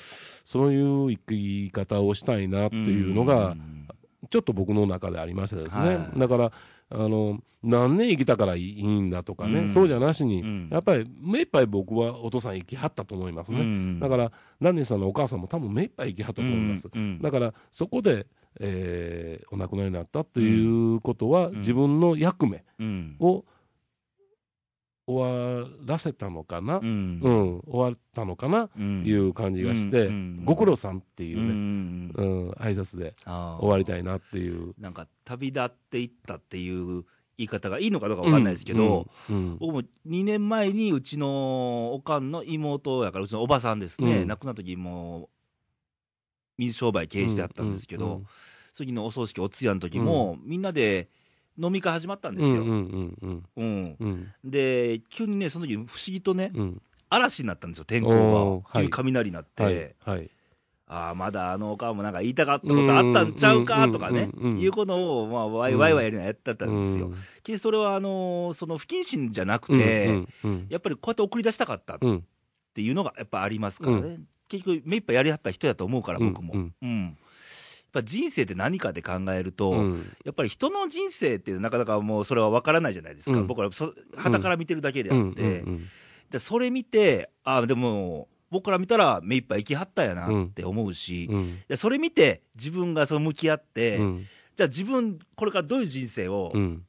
Speaker 2: そういう生き方をしたいなっていうのが、
Speaker 1: ん、
Speaker 2: ちょっと僕の中でありましてですね、
Speaker 1: はい
Speaker 2: だからあの、何年生きたからいいんだとかね、
Speaker 1: うん
Speaker 2: そうじゃなしに、
Speaker 1: うん、
Speaker 2: やっぱり目いっぱい僕はお父さん生きはったと思いますね。だからら、ランディさんのお母さんも多分目いっぱい生きはったと
Speaker 1: うん
Speaker 2: 思います。
Speaker 1: うん
Speaker 2: だからそこで、えーお亡くなりになったということは、
Speaker 1: ん
Speaker 2: 自分の役目
Speaker 1: うん
Speaker 2: を終わらせたのかな、
Speaker 1: う
Speaker 2: うん
Speaker 1: ん
Speaker 2: 終わったのかな
Speaker 1: うん
Speaker 2: い
Speaker 1: うん
Speaker 2: う感じがして、
Speaker 1: うん
Speaker 2: ご苦労さんっていううね、
Speaker 1: ん
Speaker 2: うん挨拶で
Speaker 1: あー
Speaker 2: 終わりたいなっていう。
Speaker 1: なんか、旅立っていったっていう言い方がいいのかどうかわかんないですけど、
Speaker 2: うん、うん
Speaker 1: 僕も2年前にうちのおかんの妹やから、うちのおばさんですね、
Speaker 2: うん
Speaker 1: 亡くなった時も、水商売経営してあったんですけど、その時のお葬式、お通夜の時も、みんなで飲み会始まったん
Speaker 2: うん
Speaker 1: ですよ。
Speaker 2: うんうんうん
Speaker 1: うん
Speaker 2: うん
Speaker 1: で、急にね、その時不思議とね、
Speaker 2: うん
Speaker 1: 嵐になったんですよ、天
Speaker 2: お
Speaker 1: 候が。
Speaker 2: ー
Speaker 1: 急
Speaker 2: は
Speaker 1: に
Speaker 2: い
Speaker 1: 雷になって、
Speaker 2: はいはい
Speaker 1: ああ、まだあのおかんもなんか言いたかったことあったんちゃうかとかね
Speaker 2: うんうんうんう、ん
Speaker 1: いうことを、まあ、わいわいわいやりながらやってたんですよ。決してそれは、あのーその不謹慎じゃなくて、
Speaker 2: うんうん
Speaker 1: やっぱりこうやって送り出したかったっ
Speaker 2: うん
Speaker 1: ていうのがやっぱありますからね。
Speaker 2: う
Speaker 1: 結局、目いっぱいやりはった人やと思うから、僕も。う
Speaker 2: うんん。
Speaker 1: やっぱ人生って何かって考えると、
Speaker 2: うん
Speaker 1: やっぱり人の人生ってなかなかもうそれは分からないじゃないですか、
Speaker 2: うん
Speaker 1: 僕らそ、はから見てるだけであ
Speaker 2: う
Speaker 1: っ
Speaker 2: ん
Speaker 1: て、
Speaker 2: うん
Speaker 1: でそれ見て、ああ、でも、僕ら見たら目いっぱい生きはったやなって思うし、
Speaker 2: うんうん
Speaker 1: でそれ見て、自分がその向き合って、
Speaker 2: うん
Speaker 1: じゃあ自分、これからどういう人生を
Speaker 2: うん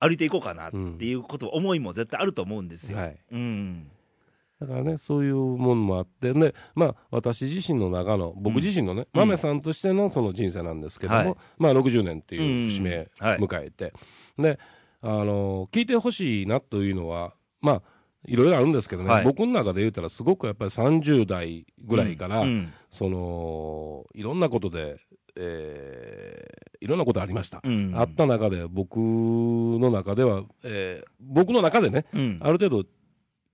Speaker 1: 歩いていこうかなっていうこと、思いも絶対あると思うんですよ。
Speaker 2: はい
Speaker 1: うん。
Speaker 2: だからね、そういうもんもあって、ね、まあ、私自身の中の、僕自身のね、
Speaker 1: うん
Speaker 2: 豆さんとしてのその人生なんですけども、
Speaker 1: はい
Speaker 2: まあ、60年っていう節目
Speaker 1: うんはい
Speaker 2: 迎えて、で、あの、聞いてほしいなというのは、まあ、いろいろあるんですけどね、
Speaker 1: はい
Speaker 2: 僕の中で言うたら、すごくやっぱり30代ぐらいから、
Speaker 1: うん
Speaker 2: その、いろんなことで、えーいろんなことありました。
Speaker 1: うん
Speaker 2: あった中で、僕の中では、えー僕の中でね、
Speaker 1: うん
Speaker 2: ある程度、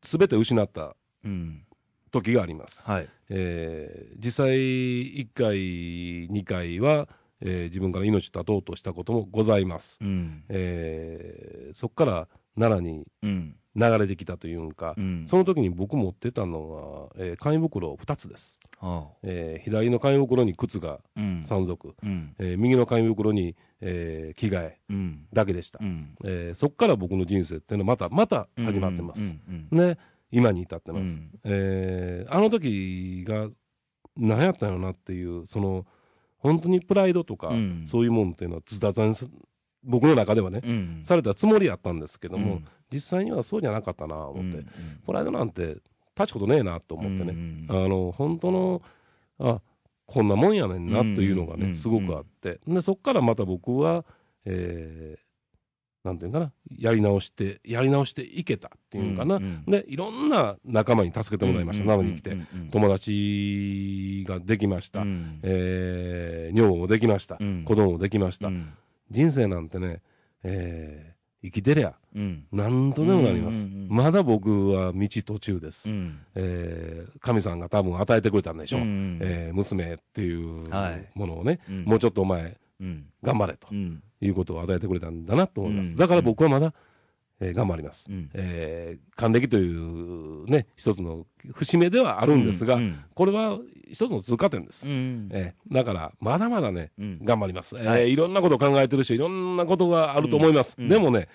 Speaker 2: すべて失った
Speaker 1: うん
Speaker 2: 時があります。
Speaker 1: はい。
Speaker 2: えー実際1回、2回は、えー自分から命絶とうとしたこともございます。
Speaker 1: うん。
Speaker 2: えーそこから奈良に
Speaker 1: うん。
Speaker 2: 流れてきたというんか、
Speaker 1: うん
Speaker 2: その時に僕持ってたのは、えー簡易袋2つです。
Speaker 1: あ
Speaker 2: えー左の簡易袋に靴が
Speaker 1: あうん。
Speaker 2: 3足、
Speaker 1: うん。
Speaker 2: えー右の簡易袋に、えー着替え
Speaker 1: うん。
Speaker 2: だけでした。
Speaker 1: うん。
Speaker 2: えーそこから僕の人生っていうのはまた、また始まってます。
Speaker 1: うん。
Speaker 2: ね、今に至ってま
Speaker 1: う
Speaker 2: す。
Speaker 1: ん
Speaker 2: えーあの時が何やったんやろなっていう、その、本当にプライドとか、
Speaker 1: うん
Speaker 2: そういうもんっていうのは、ずたざんす、僕の中ではね、
Speaker 1: うん。
Speaker 2: されたつもりやったんですけど
Speaker 1: う
Speaker 2: も、
Speaker 1: ん
Speaker 2: 実際にはそうじゃなかったな、思って、
Speaker 1: うん
Speaker 2: プライドなんて、立ちことねえなと思ってね、
Speaker 1: ね
Speaker 2: あの、本当の、あ、こんなもんやねんなというのが
Speaker 1: うんうん
Speaker 2: ね、すごくあって、で、そっからまた僕は、えーなんていうのかな、やり直して、やり直していけたっていうのかな。
Speaker 1: うんうん
Speaker 2: で、いろんな仲間に助けてもらいました。なのに来て。
Speaker 1: と
Speaker 2: 友達ができました。
Speaker 1: うん
Speaker 2: えー女房もできました。
Speaker 1: うん
Speaker 2: 子供もできました。
Speaker 1: うん
Speaker 2: 人生なんてね、えー生きてりゃ、
Speaker 1: うん
Speaker 2: 何とでもなります。
Speaker 1: うんうんうん
Speaker 2: まだ僕は道途中です。
Speaker 1: うん
Speaker 2: えー神さんが多分与えてくれたんでしょう。
Speaker 1: うん
Speaker 2: えー娘っていう
Speaker 1: はい
Speaker 2: ものをね、
Speaker 1: うん
Speaker 2: もうちょっとお前、
Speaker 1: うん
Speaker 2: 頑張れと
Speaker 1: うん
Speaker 2: いうことを与えてくれたんだなと思います。
Speaker 1: うん
Speaker 2: だから僕はまだ、えー頑張ります。
Speaker 1: うん
Speaker 2: えー還暦というね、一つの節目ではあるんですが、
Speaker 1: うんうん
Speaker 2: これは一つの通過点です。
Speaker 1: うん
Speaker 2: えーだから、まだまだね、
Speaker 1: うん
Speaker 2: 頑張ります、えー
Speaker 1: はい
Speaker 2: い。ろんなことを考えてるし、いろんなことがあると思います。
Speaker 1: うんうん
Speaker 2: でもね、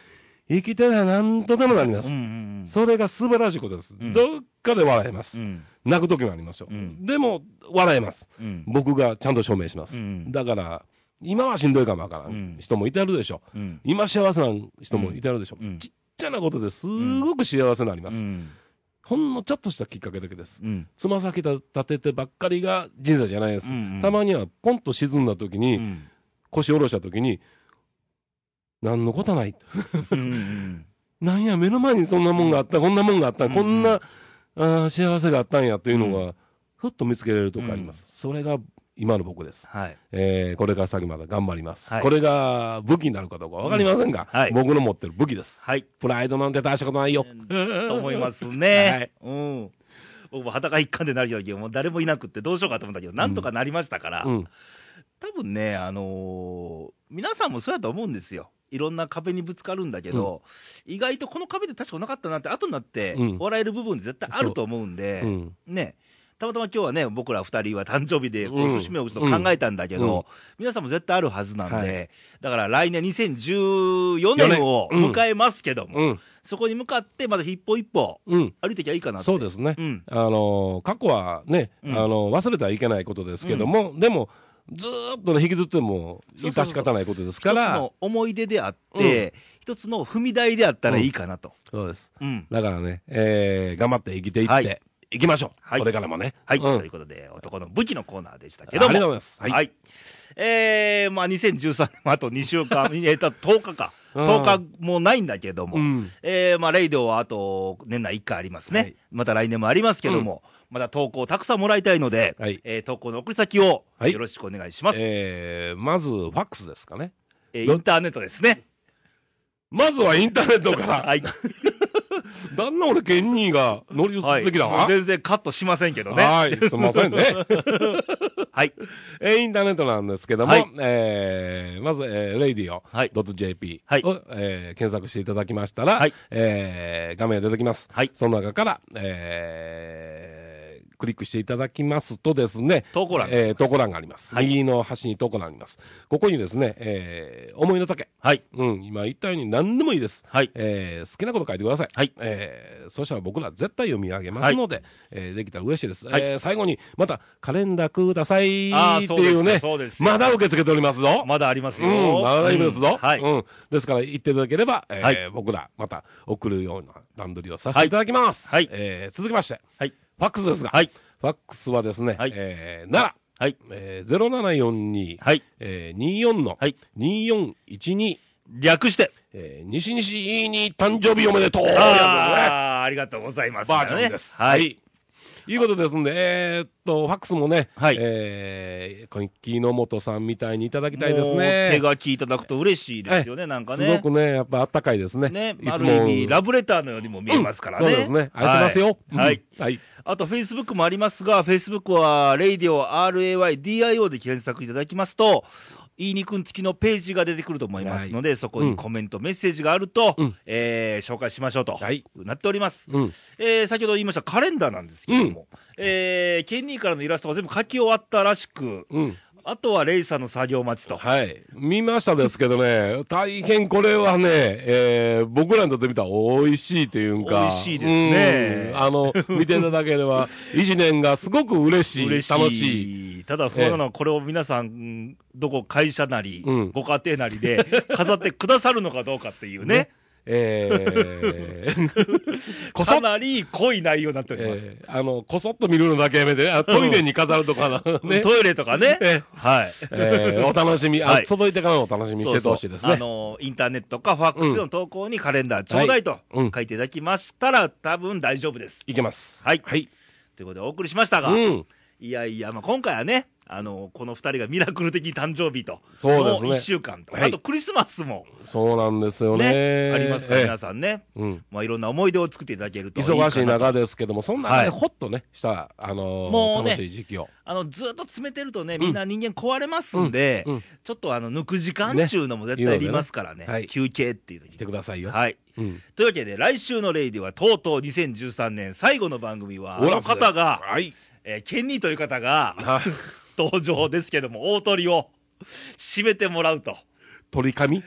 Speaker 2: 生きてりゃなんとでもなりま
Speaker 1: う
Speaker 2: す。
Speaker 1: んうん
Speaker 2: それが素晴らしいことです。
Speaker 1: うん
Speaker 2: どっかで笑えま
Speaker 1: う
Speaker 2: す。
Speaker 1: ん
Speaker 2: 泣く時もありましょう。
Speaker 1: うん
Speaker 2: でも、笑えます。
Speaker 1: うん
Speaker 2: 僕がちゃんと証明します。
Speaker 1: うん
Speaker 2: だから、今はしんどいかもわからん、
Speaker 1: うん
Speaker 2: 人もいてあるでしょう。
Speaker 1: うん
Speaker 2: 今幸せな人もいてあるでしょう。
Speaker 1: うん
Speaker 2: ちっちゃなことですごく幸せになります。
Speaker 1: うん
Speaker 2: ほんのちょっとしたきっかけだけです。
Speaker 1: うん
Speaker 2: つま先立ててばっかりが人生じゃないです。
Speaker 1: うんうん
Speaker 2: たまにはポンと沈んだ時に、
Speaker 1: うん
Speaker 2: 腰下ろした時に、なんのことない。
Speaker 1: うん
Speaker 2: なんや、目の前にそんなもんがあった、こんなもんがあった、
Speaker 1: ん
Speaker 2: こんなあー幸せがあったんやというのが、ふっと見つけられるとこあります。それが今の僕です。
Speaker 1: はい
Speaker 2: えーこれから先まだ頑張ります。
Speaker 1: はい
Speaker 2: これが武器になるかどうかわかりませんが、
Speaker 1: うんはい
Speaker 2: 僕の持ってる武器です。
Speaker 1: はい
Speaker 2: プライドなんて大したことないよ。
Speaker 1: と思いますね。うん。僕も裸一貫でなるよりもう誰もいなくってどうしようかと思ったけど、なんとかなりましたから、
Speaker 2: うん。
Speaker 1: 多分ね、あのー皆さんもそうやと思うんですよ。いろんな壁にぶつかるんだけど、意外とこの壁で確かなかったなって、後になって
Speaker 2: うん
Speaker 1: 笑える部分絶対あると思うんで、
Speaker 2: うん。
Speaker 1: ね。たまたま今日はね、僕ら二人は誕生日で、
Speaker 2: うん
Speaker 1: この節目を打つと考えたんだけど、
Speaker 2: うん
Speaker 1: 皆さんも絶対あるはずなんで、
Speaker 2: はい
Speaker 1: だから来年2014年を
Speaker 2: うん
Speaker 1: 迎えますけども、
Speaker 2: うん。
Speaker 1: そこに向かってまた一歩一歩
Speaker 2: うん。
Speaker 1: 歩いてきゃいいかなって
Speaker 2: そうですね。
Speaker 1: うん
Speaker 2: あの過去はね、
Speaker 1: うん
Speaker 2: あの忘れてはいけないことですけども、でも、ずーっとね、引きずっても、
Speaker 1: そうそう
Speaker 2: 致
Speaker 1: そう
Speaker 2: し方ないことです
Speaker 1: 一
Speaker 2: か
Speaker 1: つ
Speaker 2: ら、
Speaker 1: の思い出であって、一つの踏み台であったらいいかなと。
Speaker 2: そうです。
Speaker 1: うん。
Speaker 2: だからね、えー頑張って生きていって、
Speaker 1: はい
Speaker 2: い、きましょう、
Speaker 1: はい
Speaker 2: これからもね。
Speaker 1: はい、
Speaker 2: うん
Speaker 1: ということで、男の武器のコーナーでしたけども。
Speaker 2: ありがとうございます
Speaker 1: は。
Speaker 2: はいい
Speaker 1: えー、まあ2013年もあと2週間、えーと10日か。
Speaker 2: うん
Speaker 1: 10日もないんだけども。
Speaker 2: うん
Speaker 1: えー、まあレイドはあと年内1回ありますね。
Speaker 2: はい
Speaker 1: また来年もありますけども、また投稿たくさんもらいたいので、
Speaker 2: はい
Speaker 1: えー投稿の送り先を
Speaker 2: はい
Speaker 1: よろしくお願いします。
Speaker 2: えーまず、ファックスですかね。
Speaker 1: えーインターネットですね。
Speaker 2: まずはインターネットから、
Speaker 1: はい。
Speaker 2: 旦那俺、ケンニーが乗り 移ってきた
Speaker 1: は
Speaker 2: わ。
Speaker 1: い全然カットしませんけどね。
Speaker 2: はい、すみませんね。
Speaker 1: はい。
Speaker 2: えーインターネットなんですけども、
Speaker 1: はい
Speaker 2: えーまず、えー、radio.jp を、
Speaker 1: はい
Speaker 2: えー検索していただきましたら、
Speaker 1: はい
Speaker 2: えー画面が出てきます。
Speaker 1: はい
Speaker 2: その中から、えークリックしていただきますとですね、
Speaker 1: 投稿欄があります
Speaker 2: えー投稿欄があります。
Speaker 1: はい
Speaker 2: 右の端に投稿欄があります。ここにですね、えー思いの丈。
Speaker 1: はい。
Speaker 2: うん、今言ったように何でもいいです。
Speaker 1: はい
Speaker 2: えー好きなこと書いてください。
Speaker 1: はい
Speaker 2: えーそしたら僕ら絶対読み上げますので、えーできたら嬉しいです。
Speaker 1: はい
Speaker 2: えー最後に、また、カレンダーください
Speaker 1: あー
Speaker 2: って
Speaker 1: そうです
Speaker 2: い
Speaker 1: よ
Speaker 2: うね、
Speaker 1: そうですよ
Speaker 2: まだ受け付けておりますぞ。
Speaker 1: まだありますよ。
Speaker 2: うん、まだ大丈夫ですぞ、
Speaker 1: うんはい。
Speaker 2: うん。ですから言っていただければ、えー
Speaker 1: はい
Speaker 2: 僕らまた送るような段取りをさせていただきます。
Speaker 1: はいはい
Speaker 2: えー続きまして、
Speaker 1: はい。
Speaker 2: ファックスですが、
Speaker 1: はい
Speaker 2: ファックスはですね、
Speaker 1: はい
Speaker 2: えー奈良、
Speaker 1: はい。
Speaker 2: えー、0742、
Speaker 1: はい
Speaker 2: えー、24の、
Speaker 1: はい
Speaker 2: 2412、
Speaker 1: 略して。
Speaker 2: えー、西西いいに誕生日おめでとうやつですね
Speaker 1: あーありがとうございます。
Speaker 2: バージョンです。
Speaker 1: はい。。
Speaker 2: いうことですんで、えーっと、ファックスもね、
Speaker 1: はい
Speaker 2: えー、小木の本さんみたいにいただきたいで
Speaker 1: も
Speaker 2: す
Speaker 1: う
Speaker 2: ね。
Speaker 1: 手書きいただくと嬉しいですよね、なんかね。
Speaker 2: すごくね、やっぱあったかいですね。
Speaker 1: ね、
Speaker 2: い
Speaker 1: あ
Speaker 2: つ
Speaker 1: る
Speaker 2: も。
Speaker 1: 意味、ラブレターのようにも見えますからね。
Speaker 2: そうですね。愛せますよ。
Speaker 1: はい。は
Speaker 2: う
Speaker 1: い
Speaker 2: んはい。
Speaker 1: あと、フェイスブックもありますが、フェイスブックは、radio.raydio で検索いただきますと、いいにくん付きのページが出てくると思いますので、そこにコメント、メッセージがあると、
Speaker 2: ん
Speaker 1: えー紹介しましょうと、
Speaker 2: はい
Speaker 1: なっております、
Speaker 2: うん
Speaker 1: えー先ほど言いましたカレンダーなんですけれども、えーケンニーからのイラストが全部書き終わったらしく、
Speaker 2: うん。
Speaker 1: あとはレイさんの作業待ちと。
Speaker 2: はい。見ましたですけどね、大変これはね、えー僕らにとってみたら美味しいという
Speaker 1: 美
Speaker 2: か。
Speaker 1: 味しいですね
Speaker 2: うんあの、見ていただけれ ば、一年がすごく嬉しい。
Speaker 1: 嬉しい
Speaker 2: 楽しい。
Speaker 1: ただ不安なのは、これを皆さん、うんどこ、会社なり、
Speaker 2: うん
Speaker 1: ご家庭なりで、飾ってくださるのかどうかっていうね。
Speaker 2: えー こそ
Speaker 1: か
Speaker 2: っ
Speaker 1: なり濃い内容になっております。
Speaker 2: えーあの、こそっと見るのだけやめて、あトイレに飾るとかな、ね。
Speaker 1: トイレとかね。
Speaker 2: え
Speaker 1: はい。
Speaker 2: えー お楽しみ、あ
Speaker 1: はい
Speaker 2: 届いてからのお楽しみにしててほしいですね。
Speaker 1: あの、インターネットかファックスの投稿にカレンダーちょうだいと
Speaker 2: うん
Speaker 1: 書いていただきましたら、多分大丈夫です。
Speaker 2: いけます。
Speaker 1: はい
Speaker 2: はい。
Speaker 1: ということでお送りしましたが、
Speaker 2: うん。
Speaker 1: いやいや、まあ、今回はね、あの、この二人がミラクル的誕生日と、
Speaker 2: そうですね
Speaker 1: も一週間と、
Speaker 2: はい
Speaker 1: あとクリスマスも
Speaker 2: そうなんですよ
Speaker 1: ね、
Speaker 2: ね。
Speaker 1: ありますから、皆さんね、
Speaker 2: えーうん。
Speaker 1: まあ、いろんな思い出を作っていただけるといいかな
Speaker 2: 忙しい中ですけども、そんな
Speaker 1: は
Speaker 2: ね、
Speaker 1: い
Speaker 2: ほっとね、した、あのー
Speaker 1: もうね
Speaker 2: 楽しい時期を。
Speaker 1: あの、ずっと詰めてるとね、みんな人間壊れますんで、
Speaker 2: うんうん
Speaker 1: ちょっとあの、抜く時間っていうのも絶対いりますからね、
Speaker 2: ねはい
Speaker 1: 休憩っていう時
Speaker 2: 来てくださいよ。
Speaker 1: はい。
Speaker 2: うん。
Speaker 1: というわけで、来週のレイディは、とうとう2013年最後の番組は、あ
Speaker 2: オラ
Speaker 1: の
Speaker 2: フです
Speaker 1: 方が、
Speaker 2: はい。
Speaker 1: えーケンニーという方が
Speaker 2: あ
Speaker 1: 登場ですけども、大鳥を締めてもらうと。
Speaker 2: 鳥髪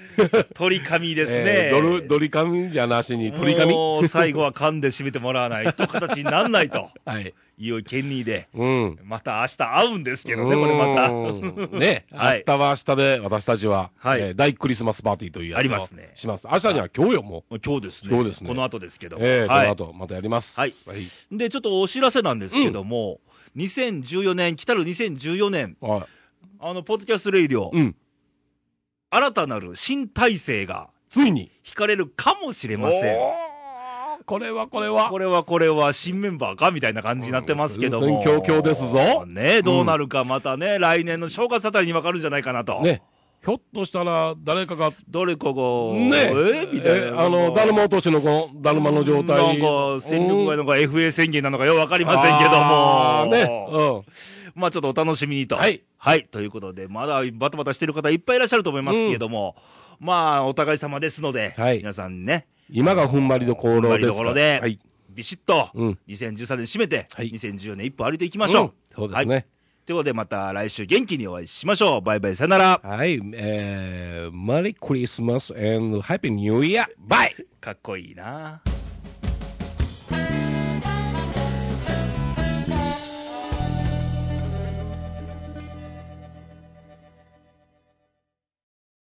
Speaker 1: 鳥髪ですね。
Speaker 2: えードル、ドリ髪じゃなしに、鳥髪
Speaker 1: もう最後は噛んで締めてもらわないと形にならない と
Speaker 2: はい。
Speaker 1: いうケンニーで、
Speaker 2: うん。
Speaker 1: また明日会うんですけどね、これまた。
Speaker 2: た。ね、明
Speaker 1: はい
Speaker 2: 日は明日で私たちは、
Speaker 1: はい
Speaker 2: えー大クリスマスパーティーというやつを
Speaker 1: ありますね
Speaker 2: します。明日には今日よ、もう。
Speaker 1: 今日ですね。
Speaker 2: そうですね
Speaker 1: この後ですけど。
Speaker 2: えー
Speaker 1: はい
Speaker 2: この後またやります。
Speaker 1: はい
Speaker 2: はい。
Speaker 1: で、ちょっとお知らせなんですけども、2014年、来たる2014年、
Speaker 2: はい
Speaker 1: あの、ポッドキャストレイディオ、
Speaker 2: うん。
Speaker 1: 新たなる新体制が
Speaker 2: ついに。
Speaker 1: 引かれるかもしれません。
Speaker 2: おーこれはこれは。
Speaker 1: これはこれは新メンバーかみたいな感じになってますけども。
Speaker 2: 戦々恐々ですぞ
Speaker 1: ねどうなるかまたね、来年の正月あたりにわかるんじゃないかなと。
Speaker 2: ね。ひょっとしたら、誰かが、ね。
Speaker 1: どれかが、え
Speaker 2: え
Speaker 1: みたいな。
Speaker 2: あの、だるま落としのこの、だるまの状態。
Speaker 1: なんか、戦力外
Speaker 2: うん
Speaker 1: のか FA 宣言なのかよくわかりませんけども。
Speaker 2: あーね。
Speaker 1: まあちょっとお楽しみにと。
Speaker 2: はい。
Speaker 1: ということで、まだバタバタしてる方いっぱいいらっしゃると思いますけれども、まあお互い様ですので、
Speaker 2: はい
Speaker 1: 皆さんね、
Speaker 2: うん。今が踏ん張りどころですから。
Speaker 1: 踏ん張りどころで
Speaker 2: はい。
Speaker 1: ビシッと、
Speaker 2: うん
Speaker 1: 2013年締めて、
Speaker 2: はい
Speaker 1: 2014年一歩歩いていきましょう。
Speaker 2: んそうですね。
Speaker 1: はいということで、また来週元気にお会いしましょう。バイバイ、さよなら。
Speaker 2: はい、uh, えー、マリークリスマス and ハッピーニューイヤーバイ
Speaker 1: かっこいいな。